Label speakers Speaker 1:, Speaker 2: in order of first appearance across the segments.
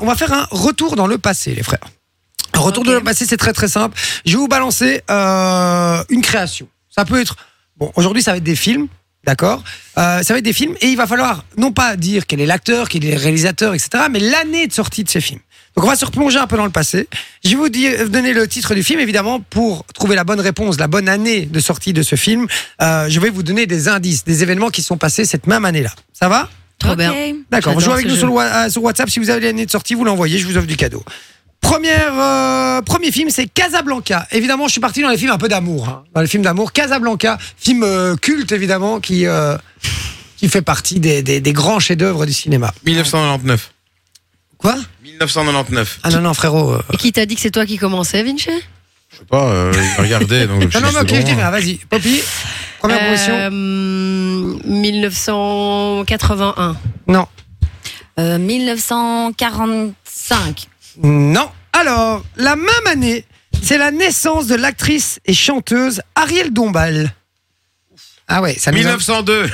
Speaker 1: On va faire un retour dans le passé, les frères. Un retour
Speaker 2: Ok.
Speaker 1: dans le passé, c'est très très simple. Je vais vous balancer euh, une création. Ça peut être. Bon, aujourd'hui, ça va être des films, d'accord Euh, Ça va être des films et il va falloir non pas dire quel est l'acteur, quel est le réalisateur, etc., mais l'année de sortie de ces films. Donc, on va se replonger un peu dans le passé. Je vais vous dire- vous donner le titre du film, évidemment, pour trouver la bonne réponse, la bonne année de sortie de ce film. euh, je vais vous donner des indices, des événements qui sont passés cette même année-là. Ça va
Speaker 2: Trop bien.
Speaker 1: D'accord,
Speaker 2: J'adore
Speaker 1: jouez avec
Speaker 2: ce
Speaker 1: nous
Speaker 2: jeu.
Speaker 1: sur, le wa- euh, sur WhatsApp. Si vous avez l'année de sortie, vous l'envoyez, je vous offre du cadeau. Première, euh, premier film, c'est Casablanca. Évidemment, je suis parti dans les films un peu d'amour. hein, dans les films d'amour, Casablanca, film euh, culte évidemment, qui, euh, qui fait partie des, des- des grands chefs-d'œuvre du cinéma.
Speaker 3: 1999.
Speaker 1: Quoi
Speaker 3: 1999.
Speaker 1: Ah non, non, frérot. euh,
Speaker 2: Et qui t'a dit que c'est toi qui commençais, Vinci
Speaker 3: Je sais pas, euh, regardez. donc je
Speaker 1: Non, non, mais ok, je dis rien, vas-y. Poppy, première
Speaker 2: Euh,
Speaker 1: promotion.
Speaker 2: 1981.
Speaker 1: Non.
Speaker 4: Euh, 1945.
Speaker 1: Non. Alors, la même année, c'est la naissance de l'actrice et chanteuse Ariel Dombal. Ah ouais, ça nous a-
Speaker 3: 1902.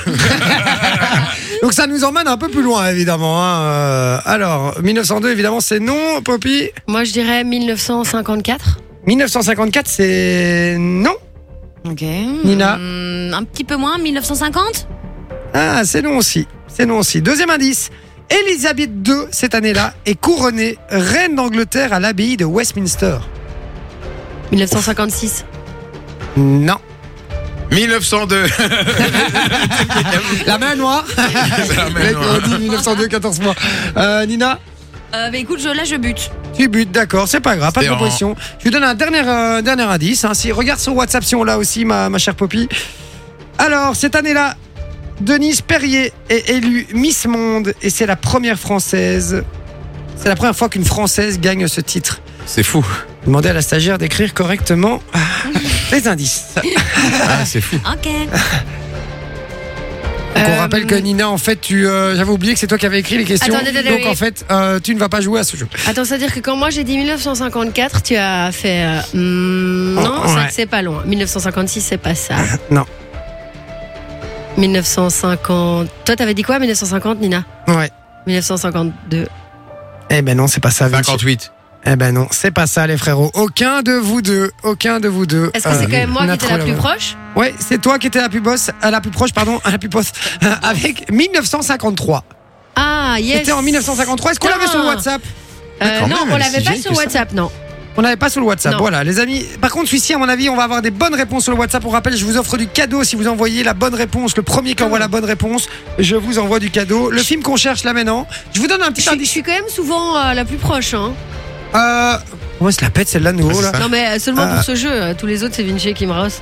Speaker 1: Donc ça nous emmène un peu plus loin, évidemment. hein. Euh, alors, 1902, évidemment, c'est non, Poppy.
Speaker 2: Moi, je dirais 1954.
Speaker 1: 1954, c'est non.
Speaker 4: Ok.
Speaker 1: Nina.
Speaker 4: Hum, un petit peu moins, 1950
Speaker 1: Ah, c'est non aussi. C'est non aussi. Deuxième indice. Élisabeth II, cette année-là, est couronnée reine d'Angleterre à l'abbaye de Westminster.
Speaker 2: 1956.
Speaker 1: Non.
Speaker 3: 1902.
Speaker 1: La main noire.
Speaker 3: C'est la même,
Speaker 1: Mec,
Speaker 3: ouais.
Speaker 1: on dit 1902, 14 mois. Euh, Nina,
Speaker 4: euh, bah écoute, je, là je bute.
Speaker 1: tu butes, d'accord, c'est pas grave, pas de
Speaker 3: C'était en-
Speaker 1: proposition. Je vous donne un dernier, euh, dernier indice. hein. Si, regarde sur WhatsApp si on l'a aussi, ma, ma chère Poppy. Alors, cette année-là, Denise Perrier est élue Miss Monde et c'est la première française. C'est la première fois qu'une française gagne ce titre.
Speaker 3: C'est fou.
Speaker 1: Demandez à la stagiaire d'écrire correctement les indices.
Speaker 3: Ah, c'est fou.
Speaker 4: Ok.
Speaker 1: Donc, on
Speaker 2: Euh,
Speaker 1: rappelle que Nina, en fait, tu, euh, j'avais oublié que c'est toi qui avais écrit les questions.
Speaker 2: Attends, attends, attends,
Speaker 1: donc
Speaker 2: oui.
Speaker 1: en fait, euh, tu ne vas pas jouer à ce jeu.
Speaker 2: Attends, c'est-à-dire que quand moi j'ai dit 1954, tu as fait. euh, hmm, non,
Speaker 1: Oh,
Speaker 2: ça,
Speaker 1: ouais.
Speaker 2: c'est pas loin. 1956, c'est pas ça.
Speaker 1: Non.
Speaker 2: 1950. Toi, t'avais dit quoi 1950, Nina
Speaker 1: Ouais.
Speaker 2: 1952.
Speaker 1: Eh ben non, c'est pas ça. Vinci.
Speaker 3: 58.
Speaker 1: Eh ben non, c'est pas ça les frérots. Aucun de vous deux, aucun de vous deux.
Speaker 2: Est-ce que
Speaker 1: euh,
Speaker 2: c'est quand même moi
Speaker 1: n'a
Speaker 2: qui étais
Speaker 1: trop
Speaker 2: la plus
Speaker 1: main.
Speaker 2: proche
Speaker 1: Ouais, c'est toi qui étais la plus bosse, euh, la plus proche, pardon, la plus bosse, euh, avec 1953.
Speaker 2: Ah, yes.
Speaker 1: C'était en 1953. Est-ce qu'on l'avait sur le
Speaker 2: Putain.
Speaker 1: WhatsApp
Speaker 2: Euh,
Speaker 3: quand
Speaker 2: non,
Speaker 3: même,
Speaker 2: on
Speaker 3: elle est
Speaker 2: l'avait
Speaker 3: si
Speaker 2: pas
Speaker 3: vieille
Speaker 2: sur
Speaker 3: que ça.
Speaker 2: WhatsApp, non.
Speaker 1: On l'avait pas sur le WhatsApp.
Speaker 2: Non.
Speaker 1: Voilà, les amis. Par contre, celui-ci, à mon avis, on va avoir des bonnes réponses sur le WhatsApp. On rappelle, je vous offre du cadeau si vous envoyez la bonne réponse. Le premier qui envoie la bonne réponse, je vous envoie du cadeau. Le film qu'on cherche là maintenant, je vous donne un
Speaker 2: Je
Speaker 1: petit
Speaker 2: suis, je
Speaker 1: indice.
Speaker 2: suis quand même souvent euh, la plus proche. Hein.
Speaker 1: Euh, ouais, se la pète celle-là, nous.
Speaker 3: Ah, c'est
Speaker 1: là.
Speaker 3: ça.
Speaker 2: Non, mais euh, seulement
Speaker 1: Euh.
Speaker 2: pour ce jeu. euh, Tous les autres, c'est Vinci qui me rosse.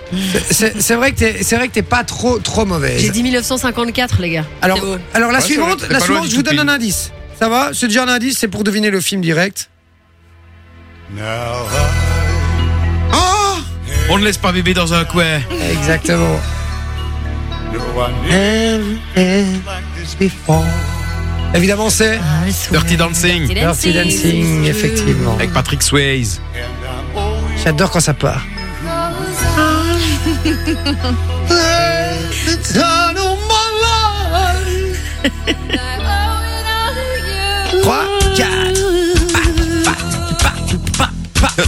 Speaker 1: C'est c'est vrai que t'es, c'est vrai que t'es pas trop, trop mauvaise.
Speaker 2: J'ai dit 1954, les gars.
Speaker 1: Alors,
Speaker 2: C'est beau.
Speaker 1: alors la
Speaker 3: Ouais, c'est
Speaker 1: suivante,
Speaker 3: vrai, c'est
Speaker 1: la
Speaker 3: pas
Speaker 1: suivante,
Speaker 3: loin du
Speaker 1: je vous
Speaker 3: tout
Speaker 1: donne un
Speaker 3: pile.
Speaker 1: indice. Ça va C'est déjà un indice, c'est pour deviner le film direct. Oh
Speaker 3: On ne laisse pas bébé dans un couet.
Speaker 1: Exactement. Évidemment, c'est
Speaker 3: Dirty Dancing.
Speaker 1: Dirty Dancing, effectivement.
Speaker 3: Avec Patrick Swayze.
Speaker 1: J'adore quand ça part. Trois, quatre.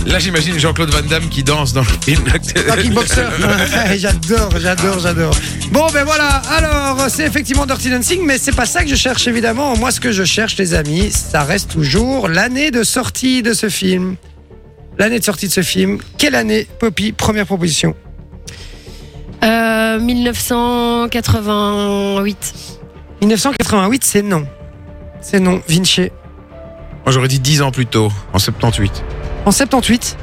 Speaker 3: Là, j'imagine Jean-Claude Van Damme qui danse dans le film.
Speaker 1: Un kickboxer. Ouais, j'adore, j'adore, j'adore. Bon, ben voilà. Alors, c'est effectivement Dirty Dancing, mais c'est pas ça que je cherche, évidemment. Moi, ce que je cherche, les amis, ça reste toujours l'année de sortie de ce film. L'année de sortie de ce film. Quelle année, Poppy Première proposition.
Speaker 2: Euh, 1988.
Speaker 1: 1988, c'est non. C'est non, Vinci.
Speaker 3: Moi, j'aurais dit 10 ans plus tôt, en 78.
Speaker 1: En 78.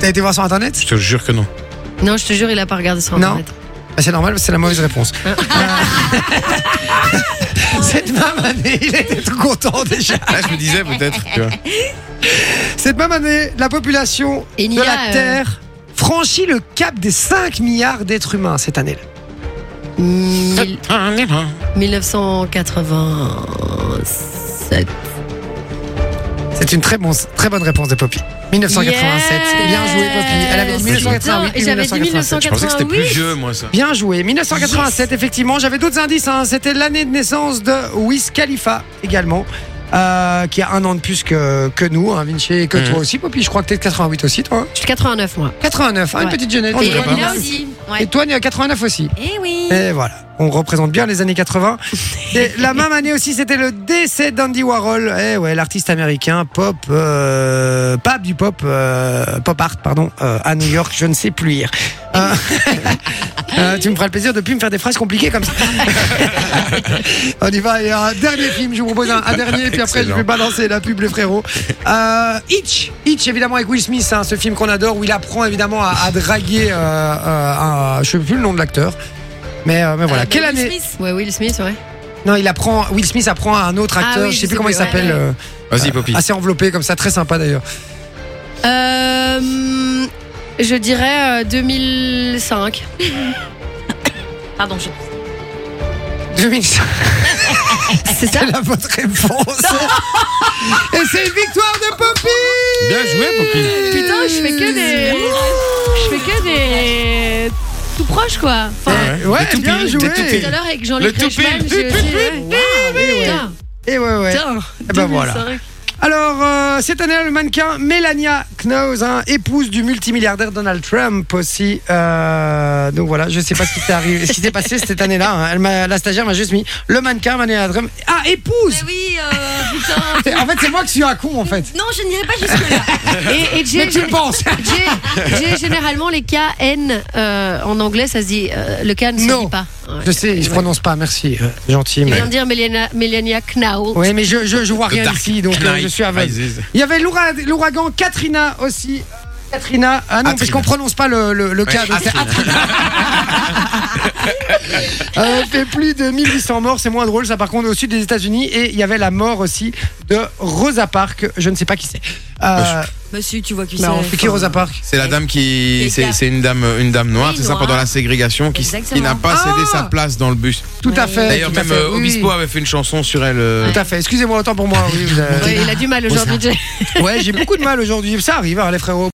Speaker 1: T'as été voir sur Internet
Speaker 3: Je te jure que non.
Speaker 2: Non, je te jure, il a pas regardé sur
Speaker 1: Non.
Speaker 2: internet.
Speaker 1: Bah, C'est normal, c'est la mauvaise réponse. Euh, Cette même année, il était tout content déjà.
Speaker 3: Là, je me disais peut-être. tu vois.
Speaker 1: Cette même année, la population
Speaker 2: Et
Speaker 1: de
Speaker 2: Nia,
Speaker 1: la
Speaker 2: euh,
Speaker 1: Terre franchit le cap des 5 milliards d'êtres humains cette année-là.
Speaker 2: Mille- 1987.
Speaker 1: C'est une très, bon- très bonne réponse de Poppy. 1987.
Speaker 2: Yes.
Speaker 1: Bien joué, Poppy. Elle avait dit
Speaker 3: Putain,
Speaker 1: 1988 et
Speaker 2: j'avais dit
Speaker 1: 1987.
Speaker 3: Je pensais que c'était plus
Speaker 2: 1988.
Speaker 3: vieux, moi, ça.
Speaker 1: Bien joué. 1987, effectivement. J'avais d'autres indices. hein. C'était l'année de naissance de Wiz Khalifa également. euh, qui a un an de plus que, que nous, hein, Vinci, et que
Speaker 3: Mhm.
Speaker 1: toi aussi, Poppy. Je crois que t'es de 88 aussi, toi. hein.
Speaker 2: Je suis 89, moi.
Speaker 1: 89, hein, une
Speaker 2: Ouais.
Speaker 1: petite jeunesse.
Speaker 3: On
Speaker 4: Et
Speaker 3: dirait pas.
Speaker 4: là aussi.
Speaker 1: Et
Speaker 4: Ouais.
Speaker 1: toi, il y a 89 aussi.
Speaker 4: Eh oui.
Speaker 1: Et voilà, on représente bien les années 80. Et la même année aussi, c'était le décès d'Andy Warhol. Eh ouais, l'artiste américain pop, euh, pape du pop, euh, pop art, pardon, euh, à New York, je ne sais plus lire. Euh, euh, tu me feras le plaisir de plus me faire des phrases compliquées comme ça. on y va. Et un dernier film, je vous propose un, un dernier, puis après je
Speaker 3: Excellent.
Speaker 1: vais balancer la pub, les frérots. Euh, Hitch, Hitch évidemment avec Will Smith, hein, ce film qu'on adore où il apprend évidemment à, à draguer. Euh, euh, un- je sais plus le nom de l'acteur. Mais, euh, mais voilà,
Speaker 4: Euh,
Speaker 1: quelle
Speaker 4: Will
Speaker 1: année
Speaker 4: Smith.
Speaker 2: Ouais, Ah, Will Smith, ouais.
Speaker 1: Non, il apprend. Will Smith apprend à un autre
Speaker 2: Ah
Speaker 1: acteur.
Speaker 2: oui,
Speaker 1: je
Speaker 2: je
Speaker 1: sais plus
Speaker 2: sais
Speaker 1: comment
Speaker 2: plus,
Speaker 1: il
Speaker 2: ouais,
Speaker 1: s'appelle.
Speaker 2: ouais.
Speaker 1: euh,
Speaker 3: Vas-y, Poppy.
Speaker 1: assez enveloppé comme ça, très sympa d'ailleurs.
Speaker 2: Euh, hum, je dirais euh, 2005.
Speaker 4: Pardon, je.
Speaker 1: 2005,
Speaker 2: C'est ça
Speaker 1: la bonne réponse. Et c'est une victoire de Poppy.
Speaker 3: Bien joué, Poppy.
Speaker 2: Putain, je fais que des. Je fais que des. Tout proche, quoi. Enfin,
Speaker 1: Ouais, ouais,
Speaker 3: Des toupies,
Speaker 1: bien
Speaker 3: des
Speaker 1: joué.
Speaker 3: toupies.
Speaker 2: tout à l'heure, avec Jean-Luc
Speaker 3: Le toupil.
Speaker 2: Reichmann, j'ai aussi. ouais. Putain,
Speaker 1: Et ouais, ouais.
Speaker 2: putain.
Speaker 1: Eh ben voilà.
Speaker 2: 2005.
Speaker 1: Alors, euh, cette année, le mannequin Melania Knauss, hein, épouse du multimilliardaire Donald Trump aussi. Euh, donc voilà, je sais pas ce qui t'est arrivé, ce qui s'est passé cette année-là. hein. Elle m'a- La stagiaire m'a juste mis le mannequin Melania Trump. Ah, épouse
Speaker 4: Mais oui, euh, putain.
Speaker 1: C'est- En fait, c'est moi qui suis un con, en fait.
Speaker 4: Non, je n'irai pas jusque-là.
Speaker 2: Et, et Jay-
Speaker 1: Mais tu le penses
Speaker 2: J'ai- J'ai généralement les KN euh, en anglais, ça se dit. euh, le K ne se
Speaker 1: Non.
Speaker 2: dit pas. Ouais.
Speaker 1: Je sais, je prononce pas, merci. euh, Gentil,
Speaker 2: Tu
Speaker 1: mais...
Speaker 2: viens de dire Melania, Melania Knaull.
Speaker 1: Oui, mais je, je, je vois rien
Speaker 3: Dark
Speaker 1: ici, donc euh,
Speaker 3: Knight
Speaker 1: je suis aveugle.
Speaker 3: Rises.
Speaker 1: Il y avait l'aura- l'ouragan Katrina aussi. Euh, Katrina, ah non,
Speaker 3: Atrina.
Speaker 1: parce qu'on prononce pas le, le, le cas,
Speaker 3: Ouais, Ah,
Speaker 1: donc c'est Euh, fait plus de 1800 morts, c'est moins drôle ça par contre au sud des États-Unis et il y avait la mort aussi de Rosa Parks, je ne sais pas qui c'est. Euh,
Speaker 4: Mais si, tu vois qui
Speaker 1: mais Bah, on- c'est qui Rosa Parks
Speaker 3: C'est la dame qui.
Speaker 4: Et
Speaker 3: C'est
Speaker 4: gars.
Speaker 3: c'est une dame, une dame noire,
Speaker 4: Oui,
Speaker 3: c'est ça,
Speaker 4: noire.
Speaker 3: pendant la ségrégation, qui, qui
Speaker 4: Exactement.
Speaker 3: n'a pas cédé
Speaker 1: Ah
Speaker 3: sa place dans le bus.
Speaker 1: Tout à
Speaker 2: Ouais.
Speaker 1: fait.
Speaker 3: D'ailleurs,
Speaker 1: tout à
Speaker 3: même
Speaker 1: fait,
Speaker 3: euh,
Speaker 1: oui,
Speaker 3: Obispo
Speaker 1: oui.
Speaker 3: avait fait une chanson sur elle. euh,
Speaker 1: Tout à fait. Excusez-moi autant pour moi. oui, vous avez-
Speaker 2: Ouais, il a du mal aujourd'hui, Jay.
Speaker 1: Ouais, j'ai beaucoup de mal aujourd'hui. Ça arrive, hein, les frérots.